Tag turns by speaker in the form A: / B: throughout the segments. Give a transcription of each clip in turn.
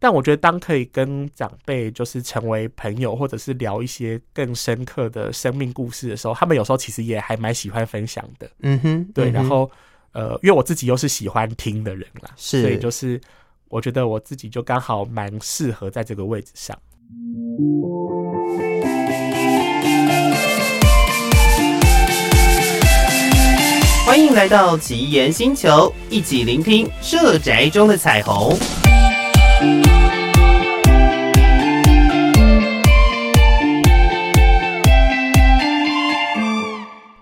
A: 但我觉得，当可以跟长辈就是成为朋友，或者是聊一些更深刻的生命故事的时候，他们有时候其实也还蛮喜欢分享的。
B: 嗯哼，
A: 对，
B: 嗯哼
A: 然后呃，因为我自己又是喜欢听的人啦，
B: 是
A: 所以就是我觉得我自己就刚好蛮适合在这个位置上。
B: 欢迎来到奇岩星球，一起聆听社宅中的彩虹。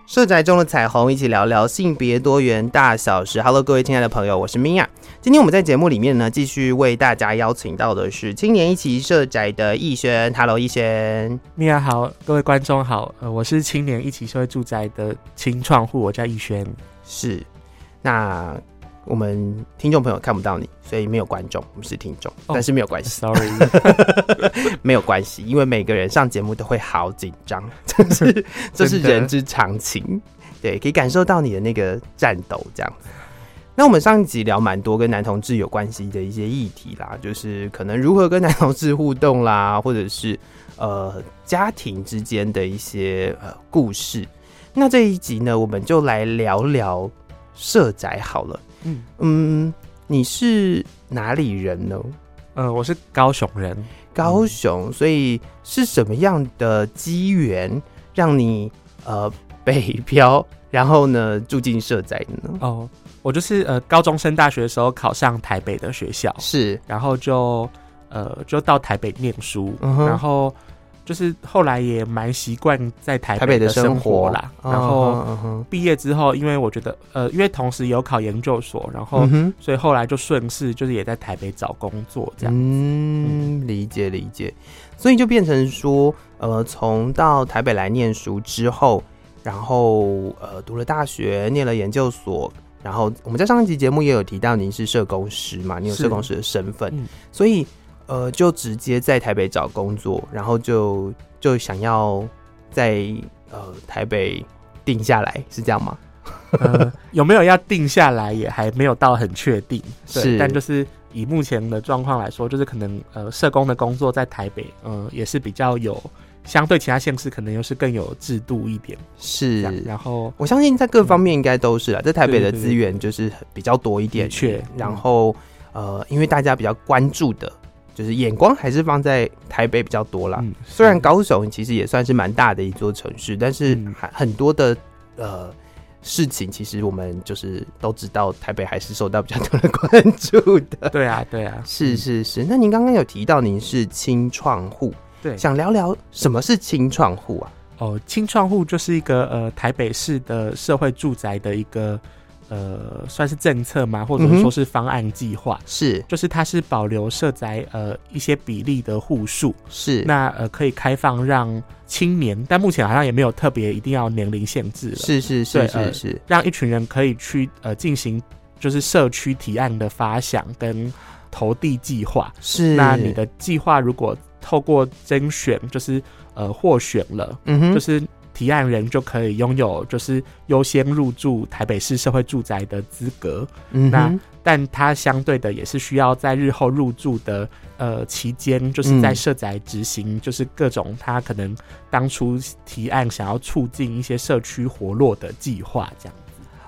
B: 社宅中的彩虹，一起聊聊性别多元大小事。Hello，各位亲爱的朋友，我是米娅。今天我们在节目里面呢，继续为大家邀请到的是青年一起社宅的逸轩。Hello，逸轩。
A: 米娅好，各位观众好，呃，我是青年一起社会住宅的青创户，我叫逸轩。
B: 是，那我们听众朋友看不到你，所以没有观众，我们是听众，
A: 哦
B: 但是没有关系，
A: Sorry，
B: 没有关系，因为每个人上节目都会好紧张， 这是这是
A: 真的
B: 人之常情，对，可以感受到你的那个战斗这样子。那我们上一集聊蛮多跟男同志有关系的一些议题啦，就是可能如何跟男同志互动啦，或者是呃家庭之间的一些呃故事。那这一集呢，我们就来聊聊社宅好了。
A: 嗯
B: 嗯，你是哪里人呢？
A: 呃，我是高雄人。
B: 高雄，所以是什么样的机缘让你呃北漂，然后呢住进社宅的 呢？
A: 哦，我就是呃高中升大学的时候考上台北的学校，
B: 是，
A: 然后就呃就到台北念书，
B: 嗯哼
A: 然后就是后来也蛮习惯在台
B: 台北的
A: 的
B: 生
A: 生
B: 活
A: 啦。
B: 嗯
A: 然后
B: 哼嗯哼
A: 毕业之后，因为我觉得呃，因为同时有考研究所，然后、
B: 嗯哼，
A: 所以后来就顺势就是也在台北找工作这样。
B: 嗯，理解理解，所以就变成说，呃，从到台北来念书之后，然后呃读了大学，念了研究所，然后我们在上一集节目也有提到您是社工师嘛，你有
A: 是
B: 社工师的身份，
A: 嗯
B: 所以呃就直接在台北找工作，然后就就想要在呃台北定下来，是这样吗？
A: 呃，有没有要定下来也还没有到很确定，对
B: 是
A: 但就是以目前的状况来说，就是可能呃，社工的工作在台北，呃，也是比较有相对其他县市可能又是更有制度一点，这样
B: 是，
A: 然后
B: 我相信在各方面应该都是
A: 嗯
B: 啦，在台北的
A: 对对对
B: 资源就是比较多一点，嗯
A: 的确
B: 然后呃，因为大家比较关注的，就是眼光还是放在台北比较多啦。
A: 嗯，
B: 啊虽然高雄其实也算是蛮大的一座城市，但是
A: 嗯
B: 还很多的呃事情，其实我们就是都知道，台北还是受到比较多的关注 的。
A: 对啊，对啊，
B: 是是是，那您刚刚有提到您是清创户，
A: 对，像
B: 想聊聊什么是清创户啊？
A: 哦，青创户就是一个呃台北市的社会住宅的一个呃算是政策嘛，或者
B: 嗯哼
A: 说是方案计划。
B: 是
A: 就是它是保留社宅呃一些比例的户数，
B: 是，
A: 那呃可以开放让青年，但目前好像也没有特别一定要年龄限制了，
B: 是是是
A: 对
B: 是
A: 呃
B: 是，
A: 让一群人可以去呃进行就是社区提案的发想跟投递计划。
B: 是
A: 那你的计划如果透过甄选，就是呃获选了，
B: 嗯哼，
A: 就是。提案人就可以拥有就是优先入住台北市社会住宅的资格，
B: 嗯
A: 那
B: 哼
A: 但它相对的也是需要在日后入住的呃期间，就是在社宅执行，就是各种他可能当初提案想要促进一些社区活络的计划，这样。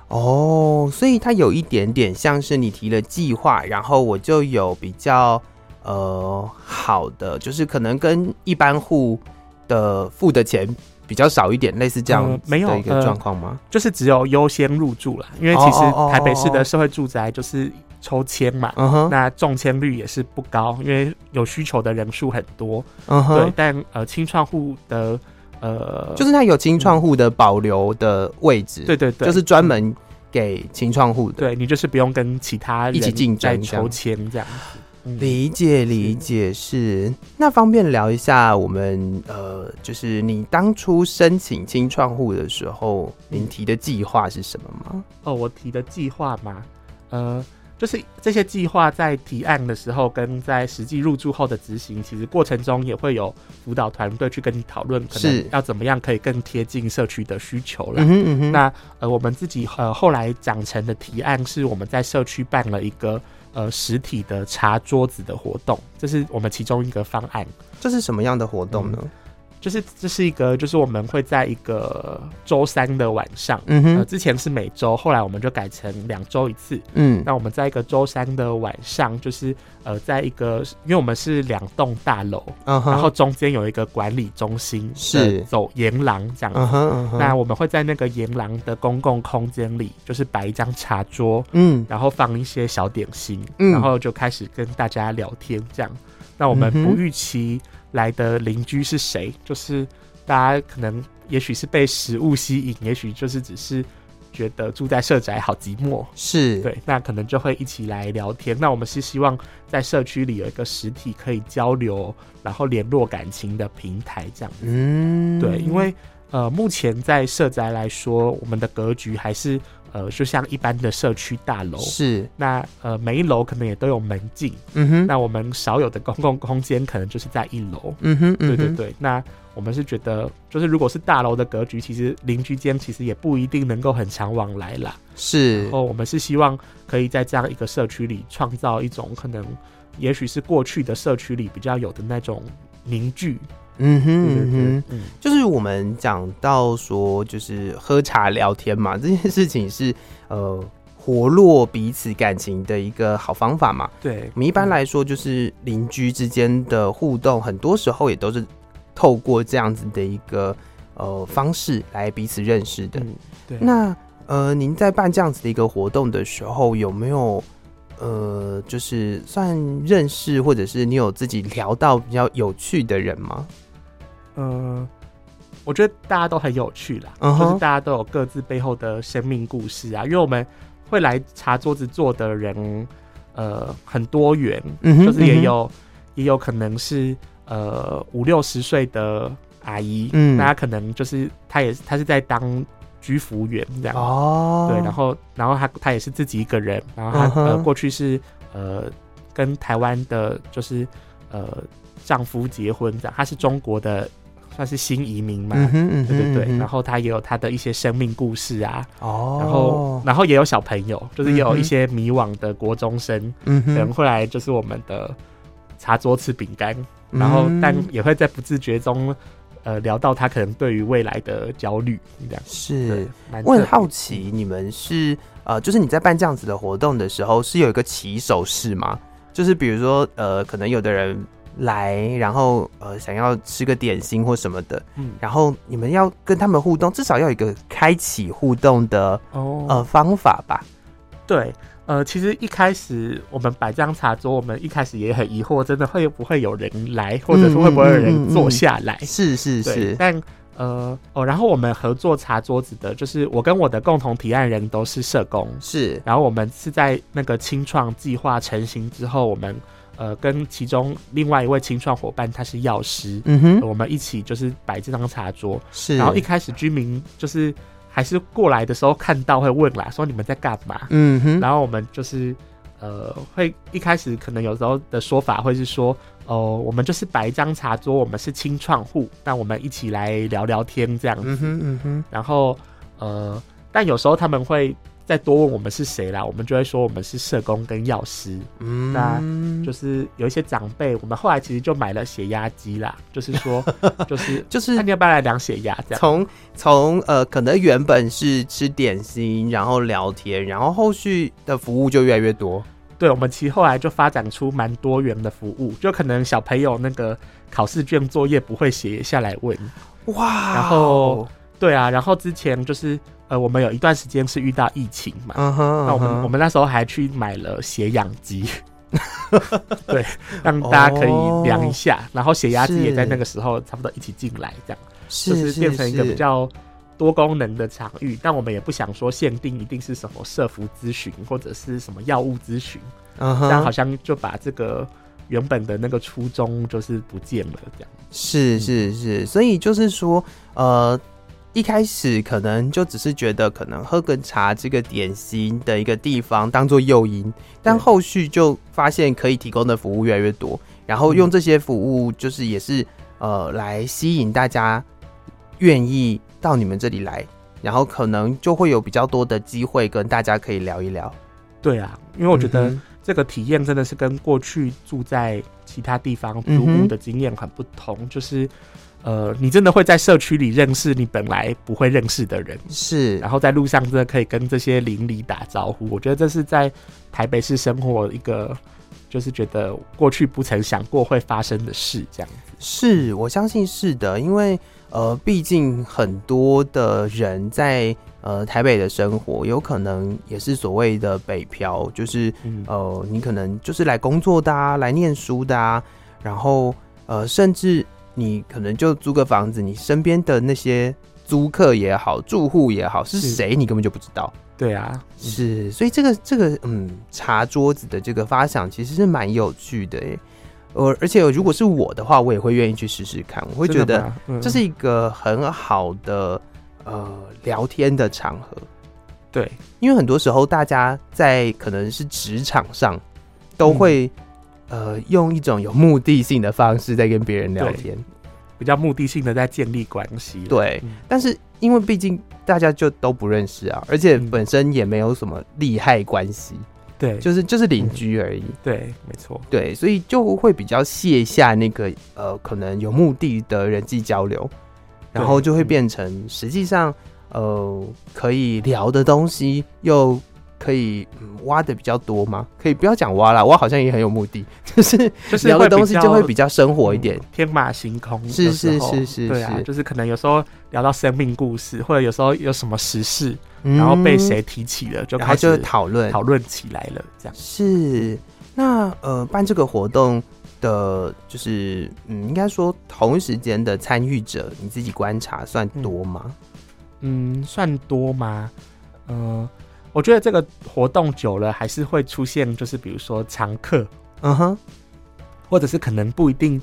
B: 哦，所以它有一点点像是你提了计划，然后我就有比较呃好的，就是可能跟一般户的付的钱比较少一点，类似这样
A: 呃没有
B: 的一个
A: 呃
B: 状况吗？
A: 就是只有优先入住啦，因为其实
B: 哦哦哦
A: 台北市
B: 哦哦
A: 的社会住宅就是抽签嘛，
B: 嗯哼，
A: 那中签率也是不高，因为有需求的人数很多。
B: 嗯
A: 对
B: 哼，，
A: 但呃，清创户的呃，
B: 就是它有清创户的保留的位置，
A: 对，对对，
B: 就是专门给清创户的。
A: 对你就是不用跟其他人
B: 一起竞争
A: 在
B: 这样
A: 抽签这样子。嗯
B: 理解理解是，那方便聊一下我们呃，就是你当初申请清创户的时候，您提的计划是什么吗？
A: 哦，我提的计划嘛，呃，就是这些计划在提案的时候，跟在实际入住后的执行，其实过程中也会有辅导团队去跟你讨论，可
B: 是
A: 能要怎么样可以更贴近社区的需求啦。
B: 嗯哼嗯哼
A: 那呃，我们自己呃后来长成的提案是我们在社区办了一个呃实体的茶桌子的活动，这是我们其中一个方案。
B: 这是什么样的活动呢？
A: 就是这是一个，就是我们会在一个周三的晚上，
B: 嗯
A: 呃，
B: 哼，
A: 之前是每周，后来我们就改成两周一次。
B: 嗯
A: 那我们在一个周三的晚上，就是呃，在一个，因为我们是两栋大楼，
B: 嗯哼，
A: 然后中间有一个管理中心，
B: 是
A: 呃走沿廊这样。
B: 嗯哼嗯哼，
A: 那我们会在那个沿廊的公共空间里，就是摆一张茶桌，
B: 嗯
A: 然后放一些小点心，
B: 嗯
A: 然后就开始跟大家聊天这样。那我们
B: 嗯哼
A: 不预期来的邻居是谁，就是大家可能也许是被食物吸引，也许就是只是觉得住在社宅好寂寞，
B: 是，
A: 对，那可能就会一起来聊天。那我们是希望在社区里有一个实体可以交流，然后联络感情的平台这样。
B: 嗯
A: 对，因为呃，目前在社宅来说，我们的格局还是呃，就像一般的社区大楼。
B: 是，
A: 那呃，每一楼可能也都有门禁。
B: 嗯哼，
A: 那我们少有的公共空间可能就是在一楼。
B: 嗯哼，
A: 对
B: 嗯
A: 对
B: 哼，
A: 对，那我们是觉得，就是如果是大楼的格局，其实邻居间其实也不一定能够很常往来啦。
B: 是
A: 然，后我们是希望可以在这样一个社区里创造一种可能，也许是过去的社区里比较有的那种凝聚。
B: 嗯哼，
A: 对对
B: 嗯哼
A: 对，，嗯，
B: 就是我们讲到说，就是喝茶聊天嘛， 这件事情是呃活络彼此感情的一个好方法嘛。
A: 对
B: 我们一般来说，就是邻居之间的互动，很多时候也都是透过这样子的一个呃方式来彼此认识的。
A: 嗯对
B: 那呃，您在办这样子的一个活动的时候，有没有呃，就是算认识，或者是你有自己聊到比较有趣的人吗？
A: 嗯，我觉得大家都很有趣啦
B: 嗯哼
A: 就是大家都有各自背后的生命故事啊。因为我们会来茶桌子坐的人，呃，很多元，
B: 嗯哼
A: 就是也，有、也有可能是呃五六十岁的阿姨，
B: 嗯
A: 那她可能就是她也是她是在当居服务员这样，
B: 哦，
A: 对，然后然后她她也是自己一个人，然后她、
B: 嗯哼
A: 呃过去是呃跟台湾的就是呃丈夫结婚这样，她是中国的算是新移民嘛。
B: 嗯哼嗯
A: 对对
B: 哼，
A: 对，
B: 嗯哼
A: 然后她也有她的一些生命故事啊，
B: 哦，
A: 然后然后也有小朋友，就是也有
B: 嗯哼
A: 一些迷惘的国中生，
B: 嗯
A: 可能
B: 哼，
A: 会来就是我们的茶桌吃饼干，然后
B: 嗯
A: 但也会在不自觉中，呃，聊到他可能对于未来的焦虑这样。对
B: 是。，
A: 蛮
B: 我很
A: 特别
B: 好奇，你们是呃，就是你在办这样子的活动的时候，是有一个起手式吗？就是比如说，呃，可能有的人来，然后呃，想要吃个点心或什么的，
A: 嗯
B: 然后你们要跟他们互动，至少要有一个开启互动的
A: 哦，
B: 呃方法吧？
A: 对，呃，其实一开始我们摆这张茶桌，我们一开始也很疑惑，真的会不会有人来，或者是会不会有人坐下来？
B: 是是
A: 哎对，
B: 是，
A: 但。呃哦，然后我们合作茶桌子的，就是我跟我的共同提案人都是社工，
B: 是
A: 然后我们是在那个清创计划成型之后，我们呃跟其中另外一位清创伙伴，他是药师，
B: 嗯
A: 呃
B: 哼，
A: 我们一起就是摆这张茶桌。
B: 是。
A: 然后一开始居民就是还是过来的时候看到会问啦，说你们在干嘛？
B: 嗯哼，
A: 然后我们就是呃会一开始可能有时候的说法会是说。哦，我们就是摆一张茶桌，我们是清创户，那我们一起来聊聊天这样子。
B: 嗯哼嗯哼，
A: 然后呃，但有时候他们会再多问我们是谁啦，我们就会说我们是社工跟药师，
B: 嗯，
A: 那就是有一些长辈，我们后来其实就买了血压机啦，就是 说就是
B: 就是
A: 那你要不要来量血压这样？
B: 从从呃，可能原本是吃点心，然后聊天，然后后续的服务就越来越多。
A: 对，我们其实后来就发展出蛮多元的服务，就可能小朋友那个考试卷作业不会写也下来问，
B: 哇哦
A: 然后对啊，然后之前就是呃，我们有一段时间是遇到疫情嘛，
B: 嗯哼，
A: 那我们、
B: 嗯哼
A: 我们那时候还去买了血氧 机，对，让大家可以量一下，
B: 哦
A: 然后血压计也在那个时候差不多一起进来，这样
B: 是
A: 就是变成一个比较多功能的场域。但我们也不想说限定一定是什么社服咨询或者是什么药物咨询，
B: 嗯
A: 这样好
B: 哼，
A: 像就把这个原本的那个初衷就是不见了，这样。嗯
B: 是是是，所以就是说呃。一开始可能就只是觉得可能喝个茶这个点心的一个地方当做诱因，但
A: 对
B: 后续就发现可以提供的服务越来越多，然
A: 嗯
B: 后用这些服务就是也是呃来吸引大家愿意到你们这里来，然后可能就会有比较多的机会跟大家可以聊一聊。
A: 对啊，因为我觉得
B: 嗯哼
A: 这个体验真的是跟过去住在其他地方租屋的经验很不同，就是呃，你真的会在社区里认识你本来不会认识的人，
B: 是
A: 然后在路上真的可以跟这些邻里打招呼。我觉得这是在台北市生活一个，就是觉得过去不曾想过会发生的事，这样子。
B: 是，我相信是的，因为呃，毕竟很多的人在呃台北的生活，有可能也是所谓的北漂，就是
A: 嗯，
B: 呃，你可能就是来工作的啊，来念书的啊，然后呃，甚至你可能就租个房子，你身边的那些租客也好，住户也好，是
A: 是
B: 谁你根本就不知道。
A: 对啊，嗯
B: 是，所以这个这个嗯，茶桌子的这个发想其实是蛮有趣的耶。呃，而且如果是我的话，我也会愿意去试试看。我会觉
A: 真的
B: 得
A: 吗嗯
B: 这是一个很好的呃聊天的场合，
A: 对，
B: 因为很多时候大家在可能是职场上都
A: 嗯
B: 会、呃用一种有目的性的方式在跟别人聊
A: 对
B: 天，
A: 比较目的性的在建立关系。
B: 对
A: 嗯
B: 但是因为毕竟大家就都不认识啊，而且
A: 嗯
B: 本身也没有什么利害关系，
A: 对，嗯就
B: 就是就是邻居而已。
A: 对，没错。
B: 对，所以就会比较卸下那个呃，可能有目的的人际交流，然后
A: 对
B: 就会
A: 嗯
B: 变成实际上呃可以聊的东西又可以、嗯挖的比较多吗？可以不要讲挖啦，挖好像也很有目的， 就是
A: 就是
B: 聊
A: 会
B: 的东西
A: 较
B: 就会比较生活一点
A: 嗯。天马行空的
B: 是
A: 时
B: 是
A: 候。
B: 是是
A: 对啊
B: 是，
A: 就是可能有时候聊到生命故事，或者有时候有什么时事，嗯然后被谁提起了，就
B: 嗯嗯，然后
A: 开
B: 就
A: 始
B: 讨论
A: 讨论起来了。这样
B: 是，那呃，办这个活动的，就是嗯，应该说同时间的参与者，你自己观察算多吗？
A: 嗯，算多吗？嗯，我觉得这个活动久了，还是会出现，就是比如说常客，
B: 嗯哼，
A: 或者是可能不一定，因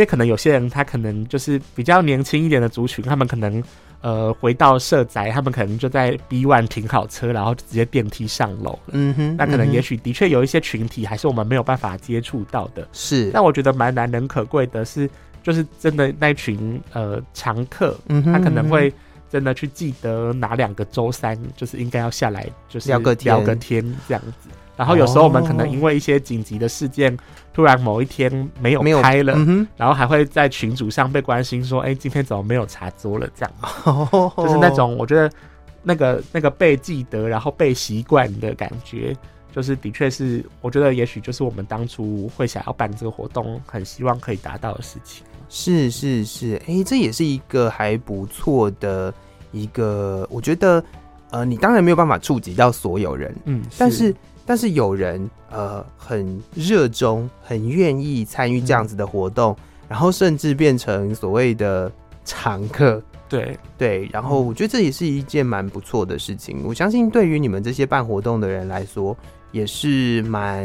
A: 为可能有些人他可能就是比较年轻一点的族群，他们可能呃回到社宅，他们可能就在 B one 停好车，然后直接电梯上楼了。
B: 嗯哼，
A: 那可能
B: 嗯哼
A: 也许的确有一些群体还是我们没有办法接触到的。
B: 是，
A: 但我觉得蛮难能可贵的是，就是真的那群呃常客，
B: 嗯哼
A: 他可
B: 嗯
A: 能
B: 哼
A: 会真的去记得哪两个周三就是应该要下来，就是
B: 聊个天
A: 聊个天这样子。然后有时候我们可能因为一些紧急的事件，突然某一天没有
B: 没有
A: 开了，
B: 嗯哼
A: 然后还会在群组上被关心说：“哎、今天怎么没有茶桌了？”这样，
B: 哦，
A: 就是那种我觉得那个那个被记得，然后被习惯的感觉，就是的确是我觉得也许就是我们当初会想要办这个活动，很希望可以达到的事情。
B: 是是是，哎、这也是一个还不错的一个，我觉得呃，你当然没有办法触及到所有人，
A: 嗯，
B: 但是但是有人呃很热衷、很愿意参与这样子的活动，然后甚至变成所谓的常客。
A: 对，
B: 对，
A: 嗯
B: 然后我觉得这也是一件蛮不错的事情。我相信对于你们这些办活动的人来说，也是蛮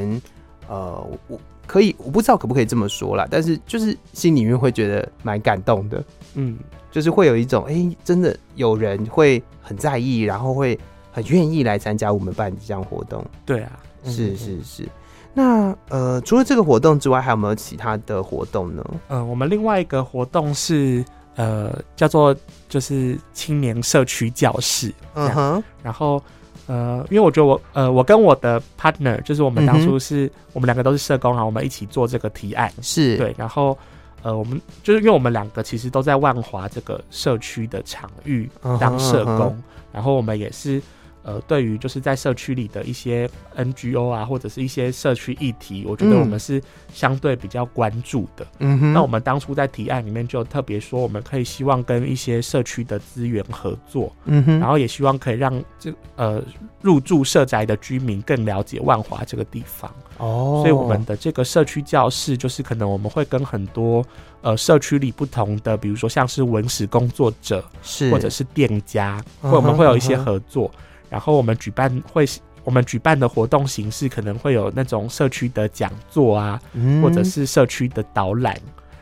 B: 呃，我我可以我不知道可不可以这么说啦，但是就是心里面会觉得蛮感动的，
A: 嗯，
B: 就是会有一种哎、诶真的有人会很在意，然后会很愿意来参加我们办这样活动。
A: 对啊，嗯
B: 是。是是。那呃，除了这个活动之外，还有没有其他的活动呢？
A: 嗯、呃我们另外一个活动是呃叫做就是青年社区教室，
B: 嗯哼，
A: 然后呃，因为我觉得我呃，我跟我的 partner 就是我们当初是、我们两个都是社工啊，我们一起做这个提案，
B: 是，
A: 对，然后呃，我们就是因为我们两个其实都在万华这个社区的场域
B: 嗯哼
A: 当社工，
B: 嗯哼
A: 然后我们也是。呃，对于就是在社区里的一些 NGO 啊，或者是一些社区议题，我觉得
B: 嗯
A: 我们是相对比较关注的。
B: 嗯哼，
A: 那我们当初在提案里面就特别说，我们可以希望跟一些社区的资源合作，
B: 嗯哼，
A: 然后也希望可以让这呃入住社宅的居民更了解万华这个地方。
B: 哦，
A: 所以我们的这个社区教室，就是可能我们会跟很多呃社区里不同的，比如说像是文史工作者
B: 是
A: 或者是店家，
B: 嗯
A: 或我们
B: 哼
A: 会有一些
B: 嗯哼
A: 合作。然后我们举办会，我们举办的活动形式可能会有那种社区的讲座啊，
B: 嗯
A: 或者是社区的导览。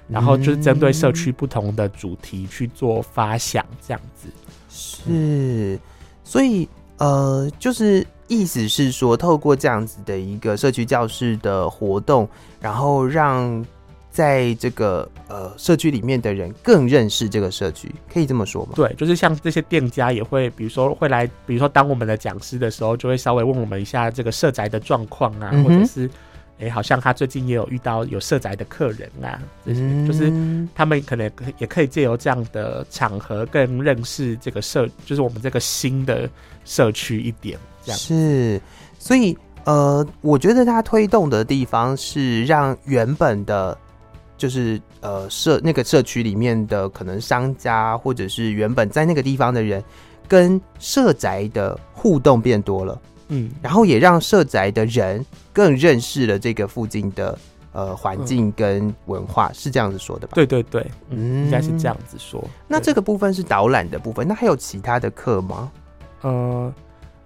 A: 然后就是针对社区不同的主题去做发想，这样子。
B: 嗯是，所以呃，就是意思是说，透过这样子的一个社区教室的活动，然后让在这个呃社区里面的人更认识这个社区，可以这么说吗？
A: 对，就是像这些店家也会，比如说会来，比如说当我们的讲师的时候，就会稍微问我们一下这个社宅的状况啊，
B: 嗯哼
A: 或者是哎、诶好像他最近也有遇到有社宅的客人啊，这些、就是
B: 嗯
A: 他们可能可也可以借由这样的场合更认识这个社，就是我们这个新的社区一点这样。
B: 是，所以呃，我觉得它推动的地方是让原本的，就是呃社那个社区里面的可能商家或者是原本在那个地方的人，跟社宅的互动变多了，
A: 嗯，
B: 然后也让社宅的人更认识了这个附近的呃环境跟文化，是这样子说的吧？
A: 对对对，嗯，
B: 嗯
A: 应该是这样。子说。
B: 那
A: 对
B: 这个部分是导览的部分，那还有其他的课吗？
A: 呃，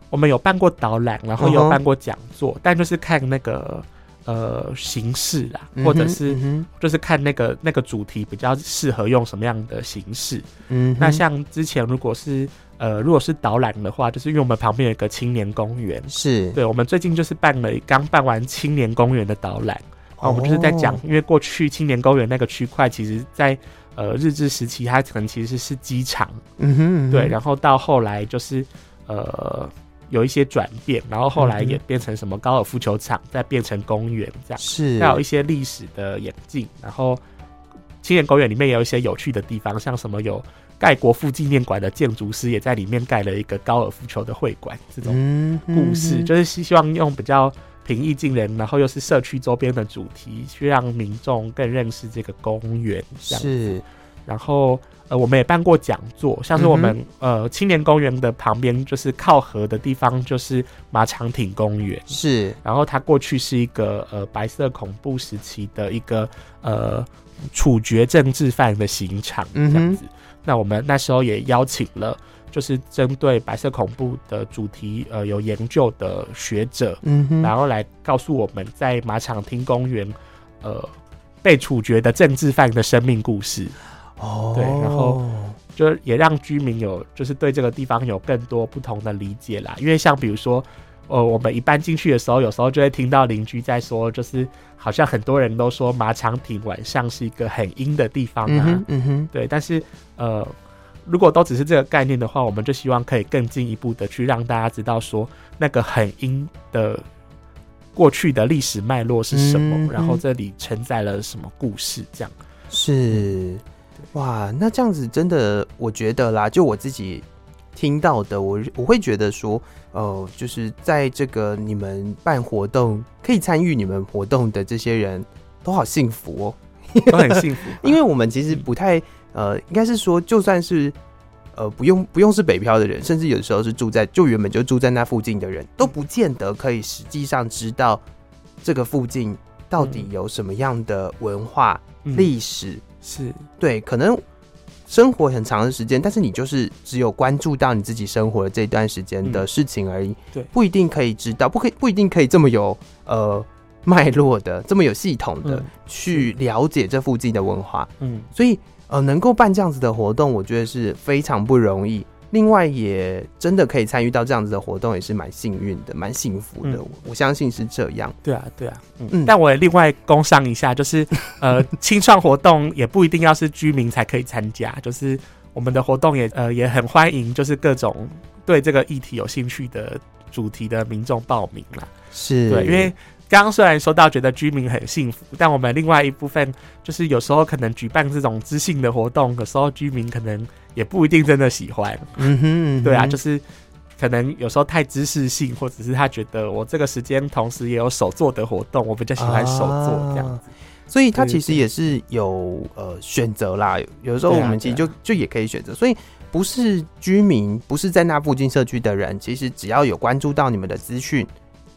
A: 我们有办过导览，然后
B: 嗯
A: 有
B: 哼
A: 办过讲座，但就是看那个呃形式啦，或者是
B: 嗯
A: 就是看那个那个主题比较适合用什么样的形式。
B: 哼，嗯哼
A: 那像之前如果是呃如果是导览的话，就是因为我们旁边有一个青年公园，
B: 是
A: 对我们最近就是办了刚办完青年公园的导览。啊，我们就是在讲
B: 哦，
A: 因为过去青年公园那个区块，其实在呃日治时期，它可能其实是机场，
B: 嗯哼，
A: 对，
B: 后
A: 然后到后来就是呃有一些转变，然后后来也
B: 嗯
A: 变成什么高尔夫球场，再变成公园这样，
B: 是
A: 再有一些历史的演进，然后青年公园里面也有一些有趣的地方，像什么有盖国父纪念馆的建筑师也在里面盖了一个高尔夫球的会馆，这种
B: 嗯
A: 故事，
B: 嗯
A: 就是希希望用比较。平易近人，然后又是社区周边的主题，去让民众更认识这个公园。这样
B: 是
A: 然后呃，我们也办过讲座，像是我们、
B: 嗯
A: 呃青年公园的旁边，就是靠河的地方，就是马场町公园。
B: 是
A: 然后它过去是一个呃白色恐怖时期的一个呃处决政治犯的刑场这
B: 嗯哼
A: 样子。那我们那时候也邀请了，就是针对白色恐怖的主题呃有研究的学者，
B: 嗯哼，
A: 然后来告诉我们在马场町公园呃被处决的政治犯的生命故事。
B: 哦
A: 对然后就是也让居民有就是对这个地方有更多不同的理解啦。因为像比如说，呃，我们一搬进去的时候，有时候就会听到邻居在说，就是好像很多人都说马场町晚上是一个很阴的地方
B: 嗯
A: 啊，
B: 哼嗯哼
A: 对。但是呃，如果都只是这个概念的话，我们就希望可以更进一步的去让大家知道说那个很阴的。过去的历史脉络是什么？
B: 嗯哼
A: 然后这里承载了什么故事？这 样，
B: 是哇，那这样子真的，我觉得啦，就我自己听到的，我我会觉得说，呃，就是在这个你们办活动可以参与你们活动的这些人都好幸福哦，
A: 都很幸福吧。啊
B: 因为我们其实不太呃，应该是说，就算是呃不用不用是北漂的人，甚至有时候是住在就原本就住在那附近的人，都不见得可以实际上知道这个附近到底有什么样的文化
A: 嗯
B: 历、史。
A: 是
B: 对，可能生活很长的时间，但是你就是只有关注到你自己生活的这段时间的
A: 嗯
B: 事情而已，
A: 对
B: 不一定可以知道，不可以不一定可以这么有呃。脉络的这么有系统的、
A: 嗯
B: 去了解这附近的文化，
A: 嗯，
B: 所以呃，能够办这样子的活动，我觉得是非常不容易。另外，也真的可以参与到这样子的活动，也是蛮幸运的，蛮幸福的。
A: 嗯
B: 我相信是这样。
A: 对啊，对啊，嗯。
B: 嗯
A: 但我也另外工商一下，就是呃，清创活动也不一定要是居民才可以参加，就是我们的活动也呃也很欢迎，就是各种对这个议题有兴趣的主题的民众报名啦。
B: 是
A: 对，因为刚刚虽然说到觉得居民很幸福，但我们另外一部分就是有时候可能举办这种知性的活动，有时候居民可能也不一定真的喜欢。
B: 嗯哼嗯哼
A: 对啊，就是可能有时候太知识性，或者是他觉得我这个时间同时也有手做的活动，我比较喜欢手做这样
B: 啊
A: 子。
B: 所以它其实
A: 对对对
B: 也是有呃选择啦。有时候
A: 对
B: 我
A: 啊
B: 们其实
A: 对
B: 就、就也可以选择，所以不是居民，不是在那附近社区的人，其实只要有关注到你们的资讯，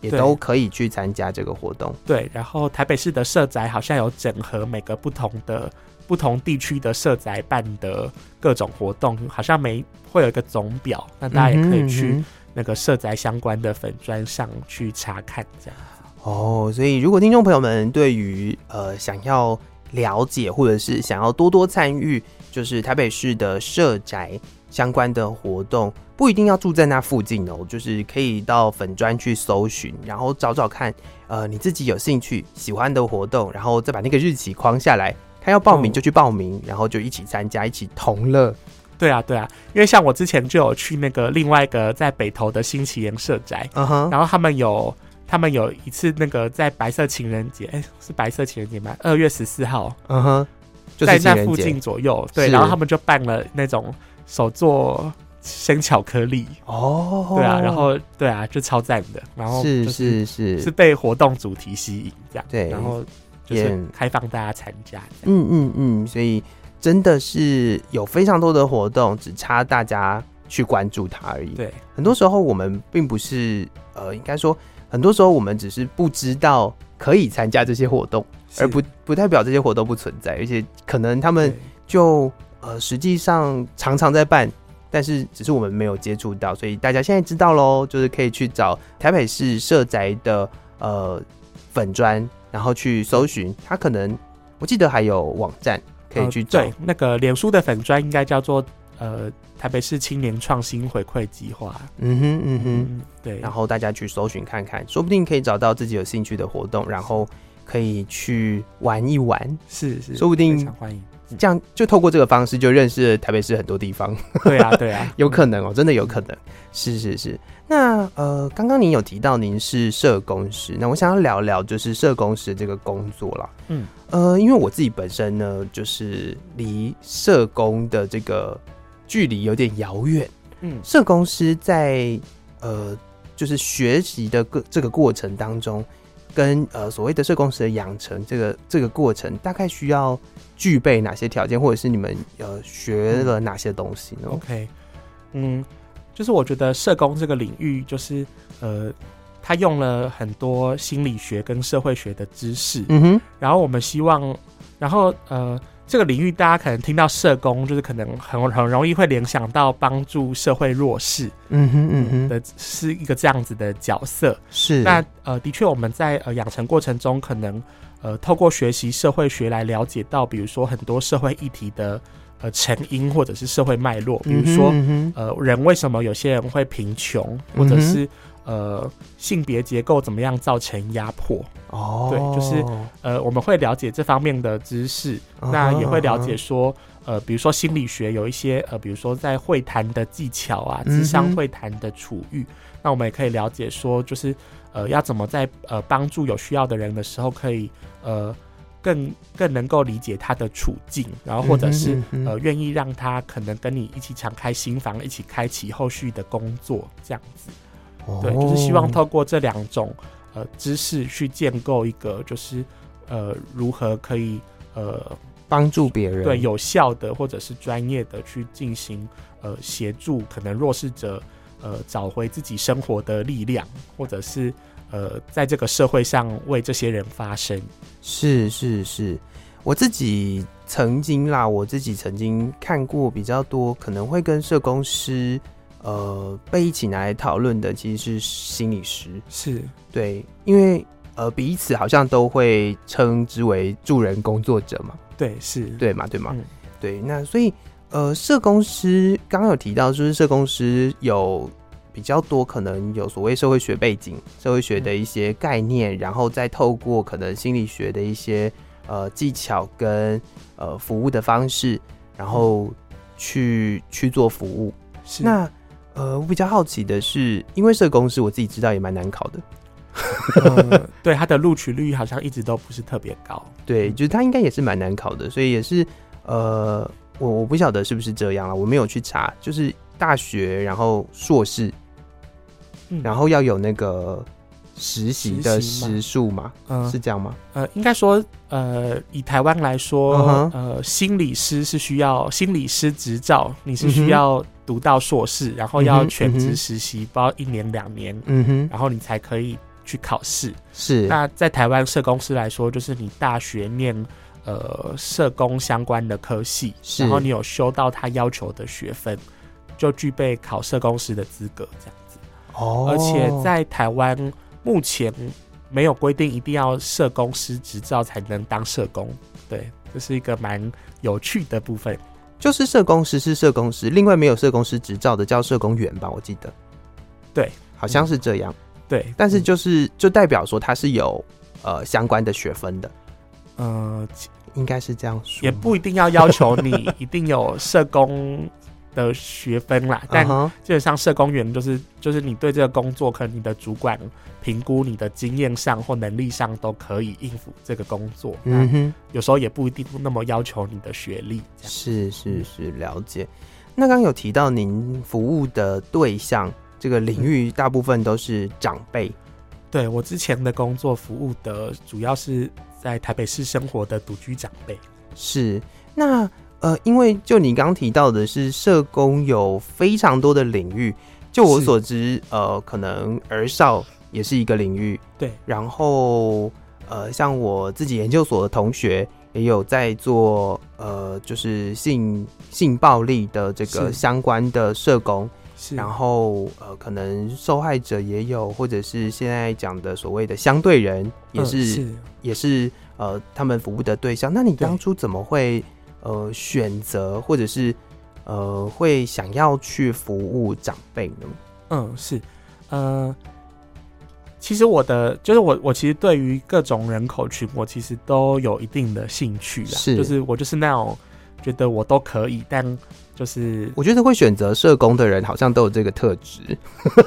B: 也
A: 对
B: 都可以去参加这个活动。
A: 对，然后台北市的社宅好像有整合每个不同的。不同地区的社宅办的各种活动，好像每会有一个总表，那大家也可以
B: 嗯哼
A: 去
B: 嗯哼
A: 那个社宅相关的粉砖上去查看，这样。
B: 哦，所以如果听众朋友们对于呃想要了解或者是想要多多参与，就是台北市的社宅相关的活动，不一定要住在那附近哦，就是可以到粉砖去搜寻，然后找找看，呃，你自己有兴趣喜欢的活动，然后再把那个日期框下来，看要报名就去报
A: 嗯
B: 名，然后就一起参加，一起同乐。
A: 对啊，对啊，因为像我之前就有去那个另外一个在北投的新奇岩社宅，
B: 嗯哼，
A: 然后他们有他们有一次那个在白色情人节，哎，是白色情人节吗？二月十四号，
B: 嗯哼，就
A: 在
B: 是
A: 那
B: 情人
A: 附
B: 节
A: 近左右，对，
B: 是
A: 然后他们就办了那种手做生巧克力，
B: 哦，
A: 对啊，然后对啊，就超赞的，然后
B: 是
A: 就是
B: 是是
A: 是被活动主题吸引这样，
B: 对
A: 然后就
B: 也
A: 是开放大家参加这样，
B: 嗯嗯嗯，所以真的是有非常多的活动，只差大家去关注它而已。
A: 对，
B: 很多时候我们并不是呃，应该说，很多时候我们只是不知道可以参加这些活动，而不不代表这些活动不存在，而且可能他
A: 对
B: 们就呃实际上常常在办。但是只是我们没有接触到，所以大家现在知道喽，就是可以去找台北市社宅的呃粉砖，然后去搜寻，它可能我记得还有网站可以去
A: 呃
B: 找，
A: 对，那个脸书的粉砖应该叫做呃台北市青年创新回馈计划。
B: 嗯哼嗯哼，
A: 嗯，对，
B: 然后大家去搜寻看看，说不定可以找到自己有兴趣的活动，然后可以去玩一玩，
A: 是是，
B: 说不定
A: 非常欢迎。嗯
B: 这样就透过这个方式就认识了台北市很多地方，，
A: 对啊，对啊
B: 有可能哦，真的有可能，是是是。那呃，刚刚您有提到您是社工师，那我想要聊聊就是社工师这个工作啦。
A: 嗯，
B: 呃，因为我自己本身呢，就是离社工的这个距离有点遥远。
A: 嗯，
B: 社工师在呃，就是学习的个这个过程当中，跟呃所谓的社工师的养成这个这个过程，大概需要具备哪些条件，或者是你们呃学了哪些东西呢？
A: OK，嗯，就是我觉得社工这个领域，就是呃，他用了很多心理学跟社会学的知识，
B: 嗯哼，
A: 然后我们希望，然后呃，这个领域大家可能听到社工，就是可能很很容易会联想到帮助社会弱势，
B: 嗯哼，嗯哼，
A: 的是一个这样子的角色。
B: 是
A: 那呃，的确我们在呃养成过程中，可能呃透过学习社会学来了解到，比如说很多社会议题的呃成因或者是社会脉络，比如说。
B: 嗯哼
A: 呃，人为什么有些人会贫穷，或
B: 嗯
A: 者
B: 哼
A: 是、呃性别结构怎么样造成压迫？
B: 哦，
A: 对就是呃，我们会了解这方面的知识，那也会
B: 啊
A: 了解说，呃，比如说心理学有一些呃，比如说在会谈的技巧啊，
B: 嗯哼
A: 智商会谈的处遇，那我们也可以了解说，就是呃，要怎么在呃帮助有需要的人的时候，可以呃更更能够理解他的处境，然后或者是、
B: 嗯哼嗯哼
A: 呃愿意让他可能跟你一起敞开心房，一起开启后续的工作，这样子。
B: 哦
A: 对，就是希望透过这两种呃知识去建构一个，就是呃如何可以呃
B: 帮助别人，
A: 对有效的或者是专业的去进行呃协助可能弱势者呃找回自己生活的力量，或者是呃在这个社会上为这些人发声。
B: 是是是，我自己曾经啦，我自己曾经看过比较多，可能会跟社工师呃被一起拿来讨论的，其实是心理师。
A: 是
B: 对，因为呃彼此好像都会称之为助人工作者嘛，
A: 对是
B: 对嘛对嘛，
A: 嗯
B: 对，那所以呃社工师刚刚有提到，就是社工师有。比较多可能有所谓社会学背景、社会学的一些概念，然后再透过可能心理学的一些呃技巧跟呃服务的方式，然后去去做服务。
A: 嗯是
B: 那呃，我比较好奇的是，因为社工师我自己知道也蛮难考的，
A: 呃 对他的录取率好像一直都不是特别高。
B: 对，
A: 嗯
B: 就是他应该也是蛮难考的，所以也是呃，我我不晓得是不是这样了，我没有去查，就是大学然后硕士，
A: 嗯
B: 然后要有那个实习
A: 实
B: 的
A: 习吗
B: 时数嘛，
A: 嗯
B: 是这样吗？
A: 呃，应该说，呃，以台湾来说
B: 嗯哼
A: 呃，心理师是需要心理师执照，你是
B: 嗯哼
A: 需要读到硕士，然后
B: 嗯
A: 要
B: 哼
A: 全
B: 嗯哼
A: 职实习，包一年两年，
B: 嗯哼，
A: 然后你才可以去考试。
B: 是，
A: 啊那在台湾社工师来说，就是你大学念呃社工相关的科系，
B: 是
A: 然后你有修到他要求的学分，就具备考社工师的资格，这样子。
B: 哦，
A: 而且在台湾目前没有规定一定要社工师执照才能当社工，对，这是一个蛮有趣的部分。
B: 就是社工师是社工师，另外没有社工师执照的叫社工员吧，我记得。
A: 对，嗯
B: 好像是这样。
A: 对，
B: 但是就是就代表说他是有呃相关的学分的，
A: 呃，其
B: 应该是这样说吗。
A: 也不一定要要求你一定有社工的学分 啦，但
B: 嗯哼
A: 基本上社工员就是就是你对这个工作，可能你的主管评估你的经验上或能力上都可以应付这个工作。
B: 嗯
A: 嗯，
B: 哼。
A: 有时候也不一定那么要求你的学历。这样
B: 是是
A: 嗯
B: 是，了解。那刚刚有提到您服务的对象这个
A: 嗯
B: 领域，大部分都是长辈。
A: 对我之前的工作服务的主要是在台北市生活的独居长辈。
B: 是那呃，因为就你刚提到的是社工有非常多的领域，就我
A: 是
B: 所知，呃，可能儿少也是一个领域。
A: 对，
B: 然后呃，像我自己研究所的同学也有在做呃，就是性性暴力的这个
A: 是
B: 相关的社工。
A: 是，
B: 然后呃，可能受害者也有，或者是现在讲的所谓的相对人，也
A: 嗯
B: 是,、
A: 是
B: 也是呃他们服务的对象。那你
A: 对
B: 当初怎么会呃选择，或者是呃会想要去服务长辈呢？
A: 嗯，是，呃，其实我的就是我，我其实对于各种人口群，我其实都有一定的兴趣啦。
B: 是
A: 就是我就是那种觉得我都可以，但就是
B: 我觉得会选择社工的人好像都有这个特质。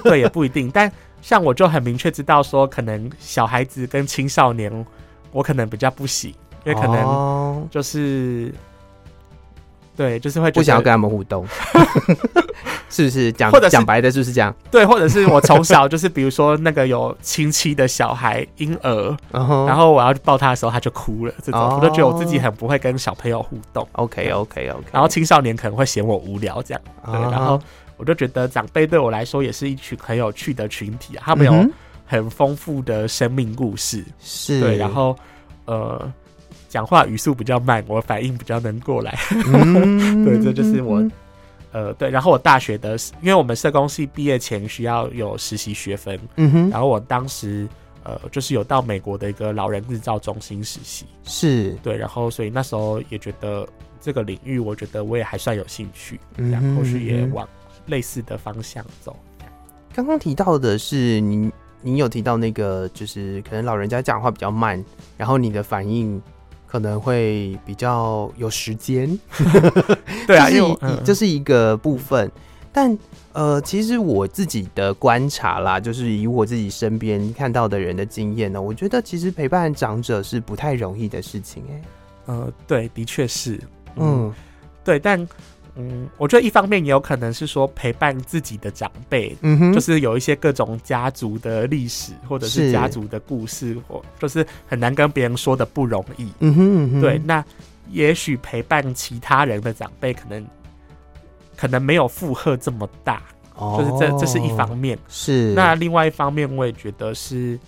A: 对也不一定。但像我就很明确知道说，可能小孩子跟青少年，我可能比较不行，因为可能
B: 哦
A: 就是、对，就是会觉
B: 不想要
A: 得
B: 跟他们互动， 是不是？讲
A: 或者是
B: 讲白的，是不是这样？
A: 对，或者是我从小就是比如说那个有亲戚的小孩婴儿。
B: 然后
A: 然后我要去抱他的时候，他就哭了。这种、
B: 嗯哦嗯
A: 我都觉得我自己很不会跟小朋友互动，
B: OK OK OK，
A: 然后青少年可能会嫌我无聊这样。对，然
B: 啊
A: 后我就觉得长辈对我来说也是一群很有趣的群体、啊，他
B: 他
A: 们有很丰富的生命故事。
B: 嗯是
A: 对，然后呃，讲话语速比较慢，我反应比较能过来。
B: 嗯
A: 对这就是我呃，对，然后我大学的，因为我们社工系毕业前需要有实习学分，
B: 嗯哼，
A: 然后我当时。呃，就是有到美国的一个老人日照中心实习，
B: 是，
A: 对，然后所以那时候也觉得这个领域，我觉得我也还算有兴趣，
B: 嗯
A: 然
B: 哼
A: 后是也
B: 嗯哼
A: 往类似的方向走。
B: 刚刚提到的是你，你有提到那个，就是可能老人家讲话比较慢，然后你的反应可能会比较有时间，
A: 对啊，
B: 这
A: 因为
B: 是
A: 我
B: 一
A: 嗯
B: 这是一个部分，但。呃，其实我自己的观察啦，就是以我自己身边看到的人的经验呢，我觉得其实陪伴长者是不太容易的事情、哎，
A: 呃，对，的确是，嗯，
B: 嗯，
A: 对，但嗯，我觉得一方面也有可能是说陪伴自己的长辈。
B: 嗯哼，
A: 就是有一些各种家族的历史，或者
B: 是
A: 是家族的故事，或就是很难跟别人说的不容易。
B: 嗯哼，嗯哼，
A: 对，那也许陪伴其他人的长辈，可能可能没有负荷这么大，
B: 哦，
A: 就是这这是一方面。
B: 是
A: 那另外一方面，我也觉得是，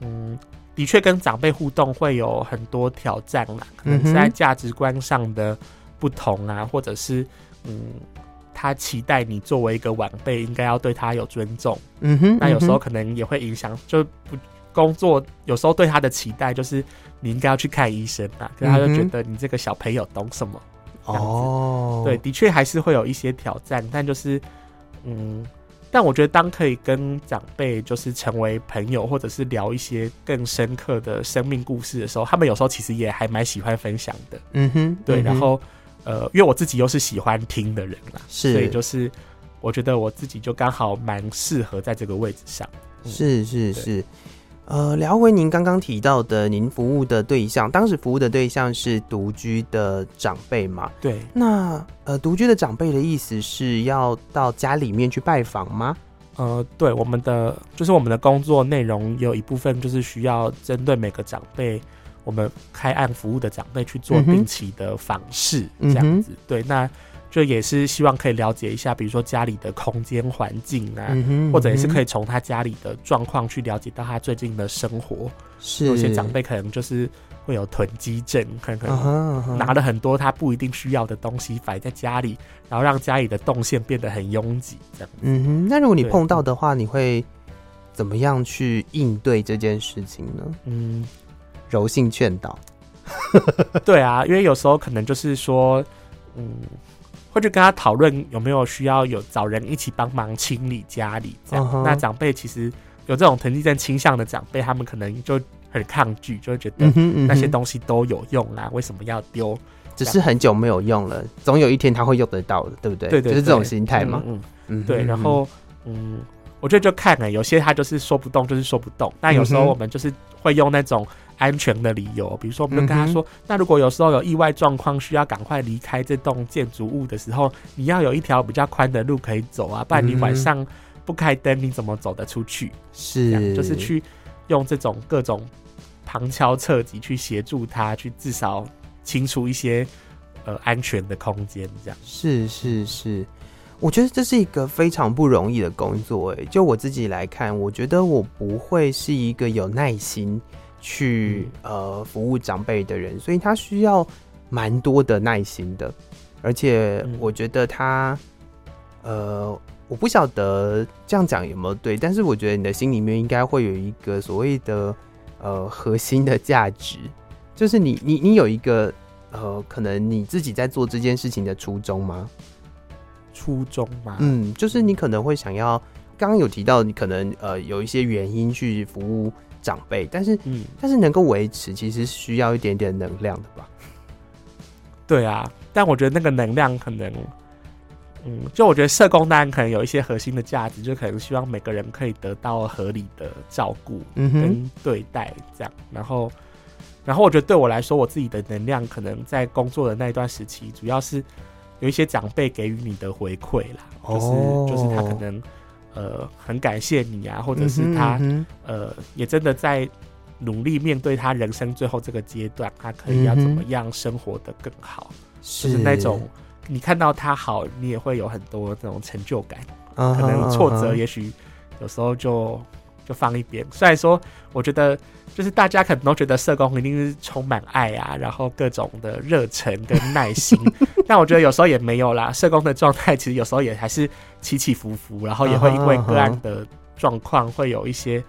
A: 嗯，的确跟长辈互动会有很多挑战啦，可能是
B: 嗯
A: 在
B: 哼
A: 价值观上的不同啊，或者是嗯，他期待你作为一个晚辈应该要对他有尊重，
B: 嗯哼，
A: 那有时
B: 嗯
A: 候
B: 哼
A: 可能也会影响，就不工作有时候对他的期待就是你应该要去看医生啊，可是他就觉
B: 嗯哼
A: 得你这个小朋友懂什么？这样子
B: 哦，
A: 对，，的确还是会有一些挑战，但就是，嗯，但我觉得当可以跟长辈就是成为朋友，或者是聊一些更深刻的生命故事的时候，他们有时候其实也还蛮喜欢分享的。
B: 嗯哼，
A: 对，
B: 嗯哼
A: 然后呃，因为我自己又是喜欢听的人啦，
B: 是，
A: 所以就是我觉得我自己就刚好蛮适合在这个位置上。
B: 是
A: 对
B: 是是，呃，聊回您刚刚提到的，您服务的对象，当时服务的对象是独居的长辈嘛？
A: 对，
B: 那呃，独居的长辈的意思是要到家里面去拜访吗？
A: 呃，对，我们的就是我们的工作内容有一部分就是需要针对每个长辈，我们开案服务的长辈去做
B: 嗯哼
A: 定期的访视，
B: 嗯
A: 这
B: 哼
A: 样子。对，那就也是希望可以了解一下，比如说家里的空间环境啊，
B: 嗯哼
A: 或者也是可
B: 以，
A: 以从他家里的状况去了解到他最近的生活。
B: 是
A: 有些长辈可能就是会有囤积症，可能可
B: 嗯
A: 能
B: 哼嗯哼
A: 拿了很多他不一定需要的东西摆在家里，然后让家里的动线变得很拥挤，这样。
B: 嗯哼，那如果你
A: 对
B: 碰到的话，你会怎么样去应对这件事情呢？
A: 嗯，
B: 柔性劝导，
A: 对啊，因为有时候可能就是说，嗯，会去跟他讨论有没有需要有找人一起帮忙清理家里这样。
B: 嗯哼
A: 那长辈其实有这种藤地症倾向的长辈，他们可能就很抗拒，就会觉得
B: 嗯哼，嗯哼
A: 那些东西都有用啦，为什么要丢？
B: 只是很久没有用了，总有一天他会用得到的，对不对？
A: 对对，
B: 就是这种
A: 对
B: 心态嘛。
A: 嗯，
B: 嗯哼，
A: 嗯对。
B: 嗯
A: 然后嗯，我觉得就看了、有些他就是说不动，就是说不动。但有时
B: 嗯
A: 候
B: 哼
A: 我们就是会用那种安全的理由，比如说我们就跟他
B: 嗯哼
A: 说，那如果有时候有意外状况需要赶快离开这栋建筑物的时候，你要有一条比较宽的路可以走啊，不然你
B: 嗯哼
A: 晚上不开灯你怎么走得出去？这
B: 是
A: 样就是去用这种各种旁敲侧击去协助他，去至少清除一些呃安全的空间，这样。
B: 是是是，我觉得这是一个非常不容易的工作、诶，就我自己来看，我觉得我不会是一个有耐心去、
A: 嗯
B: 呃服务长辈的人，所以他需要蛮多的耐心的，而且
A: 嗯
B: 我觉得他、呃。我不晓得这样讲有没有对，但是我觉得你的心里面应该会有一个所谓的呃核心的价值，就是你你你有一个呃，可能你自己在做这件事情的初衷吗？
A: 初衷嘛，
B: 嗯，就是你可能会想要，刚刚有提到你可能呃有一些原因去服务长辈，但是
A: 嗯，
B: 但是能够维持，其实需要一点点能量的吧？
A: 对啊，但我觉得那个能量可能，嗯，就我觉得社工当然可能有一些核心的价值，就可能希望每个人可以得到合理的照顾
B: 嗯哼，
A: 跟对待这样，然后。然后我觉得对我来说，我自己的能量可能在工作的那一段时期，主要是有一些长辈给予你的回馈啦，就是、
B: 哦
A: 就是他可能呃很感谢你啊，或者是
B: 嗯哼
A: 他、
B: 嗯哼
A: 呃，也真的在努力面对他人生最后这个阶段，他可以要
B: 嗯哼
A: 怎么样生活的更好，
B: 是
A: 就是那种你看到他好，你也会有很多那种成就感。
B: 可
A: 可能挫
B: 啊
A: 折，也许有时候就就放一边。虽然说，我觉得就是大家可能都觉得社工一定是充满爱啊，然后各种的热忱跟耐心，但我觉得有时候也没有啦。社工的状态其实有时候也还是起起伏伏，然后也会因为个案的状况会有一些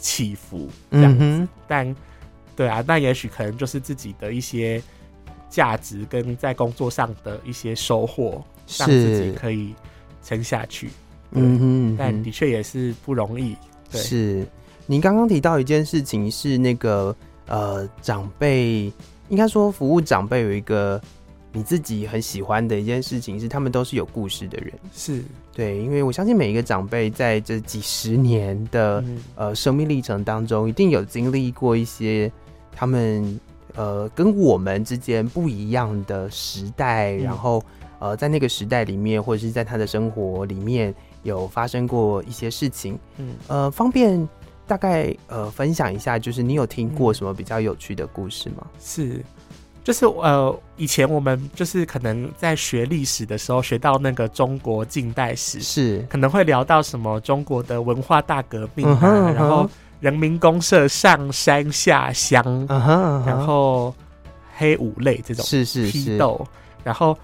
A: 起伏这样
B: 嗯
A: 子。
B: 哼，
A: 但对啊，那也许可能就是自己的一些。价值跟在工作上的一些收获，让自己
B: 是，
A: 可以撑下去。
B: 嗯哼，嗯
A: 但
B: 哼
A: 的确也是不容易。对
B: 是，您刚刚提到一件事情是那个呃，长辈应该说服务长辈有一个你自己很喜欢的一件事情是，他们都是有故事的人。
A: 是，
B: 对，因为我相信每一个长辈在这几十年的、
A: 嗯，
B: 呃生命历程当中，一定有经历过一些他们呃跟我们之间不一样的时代，
A: 嗯
B: 然后呃在那个时代里面，或者是在他的生活里面有发生过一些事情。
A: 嗯
B: 呃，方便大概呃分享一下，就是你有听过
A: 嗯
B: 什么比较有趣的故事吗？
A: 是，就是呃，以前我们就是可能在学历史的时候，学到那个中国近代史，
B: 是，
A: 可能会聊到什么中国的文化大革命啊，
B: 嗯哼嗯哼
A: 然后人民公社上山下乡，
B: 嗯哼，嗯哼
A: 然后黑五类这种
B: 是是
A: 批
B: 是，
A: 斗，然后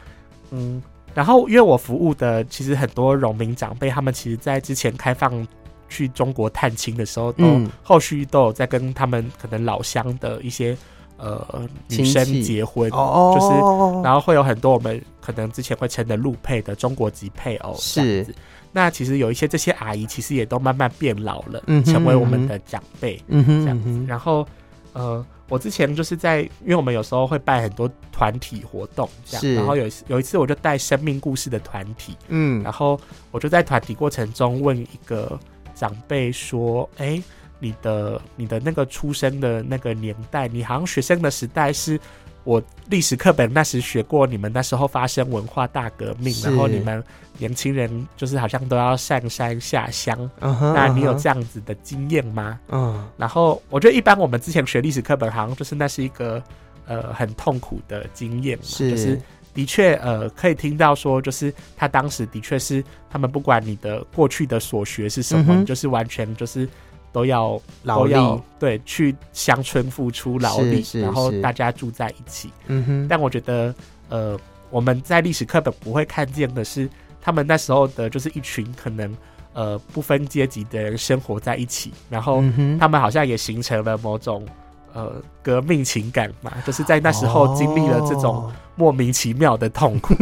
A: 嗯，然后因为我服务的其实很多农民长辈，他们其实在之前开放去中国探亲的时候，都、
B: 嗯
A: 后续都有在跟他们可能老乡的一些呃女
B: 亲戚
A: 生结婚，就是
B: 哦，
A: 然后会有很多我们可能之前会称的陆配的中国籍配偶这样
B: 是
A: 子。那其实有一些这些阿姨，其实也都慢慢变老了，
B: 嗯哼
A: 成为我们
B: 嗯哼
A: 的长辈。
B: 嗯哼，
A: 这样
B: 嗯
A: 子。
B: 哼
A: 然后呃，我之前就是在，因为我们有时候会办很多团体活动，这
B: 是
A: 样。然后有一次有一次我就带生命故事的团体，
B: 嗯
A: 然后我就在团体过程中问一个长辈说：“哎、你的你的那个出生的那个年代，你好像学生的时代是。”我历史课本那时学过，你们那时候发生文化大革命，
B: 是
A: 然后你们年轻人就是好像都要上山下乡。
B: 嗯哼，
A: 那你有
B: 嗯哼
A: 这样子的经验吗？
B: 嗯
A: 然后我觉得一般我们之前学历史课本，好像就是那是一个呃很痛苦的经验嘛，
B: 是
A: 就是的确呃可以听到说，就是他当时的确是他们不管你的过去的所学是什么，
B: 嗯哼
A: 你就是完全就是都要
B: 劳
A: 都
B: 力，
A: 要对去乡村付出劳力
B: 是，是
A: 然后
B: 是
A: 大家住在一起。
B: 嗯哼，
A: 但我觉得呃我们在历史课本不会看见的是，他们那时候的就是一群可能呃不分阶级的人生活在一起，然后。
B: 嗯哼
A: 他们好像也形成了某种呃革命情感嘛，就是在那时候经历了这种
B: 哦
A: 莫名其妙的痛 苦，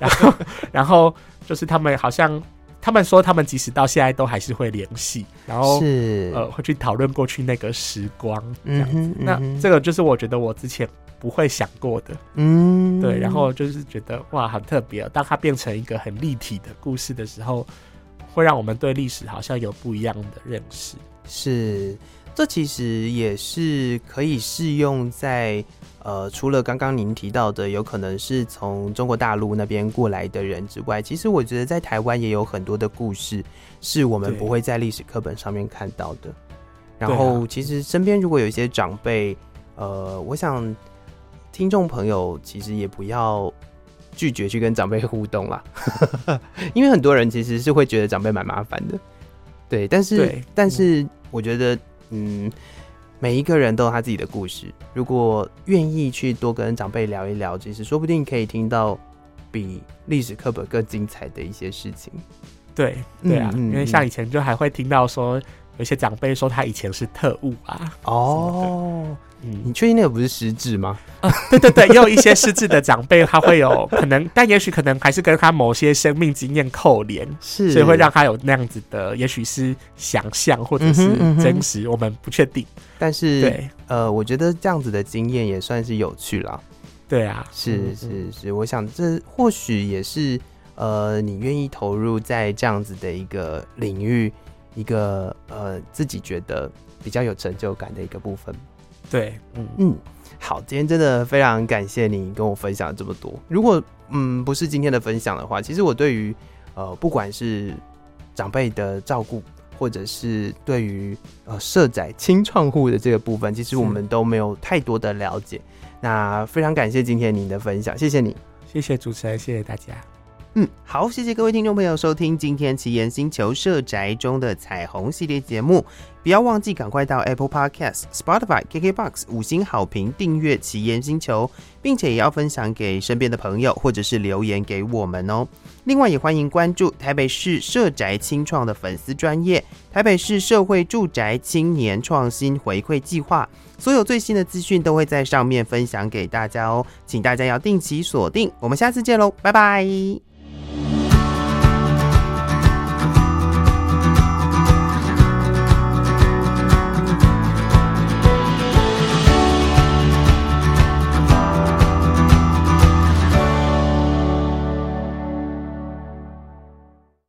A: 然后然后就是他们好像他们说他们即使到现在都还是会联系，然后
B: 哦是
A: 呃会去讨论过去那个时光这
B: 嗯
A: 样。
B: 哼，
A: 那
B: 嗯哼
A: 这个就是我觉得我之前不会想过的，
B: 嗯
A: 对，然后就是觉得哇，很特别哦。当它变成一个很立体的故事的时候，会让我们对历史好像有不一样的认识。
B: 是，这其实也是可以适用在呃，除了刚刚您提到的，有可能是从中国大陆那边过来的人之外，其实我觉得在台湾也有很多的故事是我们
A: 对
B: 不会在历史课本上面看到的。然
A: 对啊
B: 后，其实身边如果有一些长辈，呃，我想听众朋友其实也不要拒绝去跟长辈互动啦， 因为很多人其实是会觉得长辈蛮麻烦的。对，但是
A: 对
B: 但是我觉得，嗯，每一个人都有他自己的故事。如果愿意去多跟长辈聊一聊，其实说不定可以听到比历史课本更精彩的一些事情。
A: 对，对啊，
B: 嗯嗯
A: 因为像以前就还会听到说，有些长辈说他以前是特务啊，
B: 哦，
A: 嗯，
B: 你确定那个不是失智吗？
A: 对对对，也有一些失智的长辈，他会有可能，但也许可能还是跟他某些生命经验扣连，
B: 是
A: 所以会让他有那样子的，也许是想象或者是
B: 嗯哼嗯哼
A: 真实，我们不确定。
B: 但是
A: 对
B: 呃，我觉得这样子的经验也算是有趣啦。
A: 对啊，
B: 是
A: 嗯嗯
B: 是是，我想这或许也是呃，你愿意投入在这样子的一个领域，一个呃自己觉得比较有成就感的一个部分。
A: 对，嗯，
B: 嗯，好，今天真的非常感谢你跟我分享这么多。如果嗯不是今天的分享的话，其实我对于呃不管是长辈的照顾，或者是对于呃社宅清创户的这个部分，其实我
A: 是
B: 们都没有太多的了解。那非常感谢今天您的分享，谢谢你。
A: 谢谢主持人，谢谢大家。
B: 嗯，好，谢谢各位听众朋友收听今天《奇岩星球社宅》中的彩虹系列节目。不要忘记赶快到 Apple Podcast、Spotify、KKBox 五星好评订阅《奇岩星球》，并且也要分享给身边的朋友，或者是留言给我们哦。另外，也欢迎关注台北市社宅清创的粉丝专业台北市社会住宅青年创新回馈计划。所有最新的资讯都会在上面分享给大家哦，请大家要定期锁定。我们下次见喽，拜拜。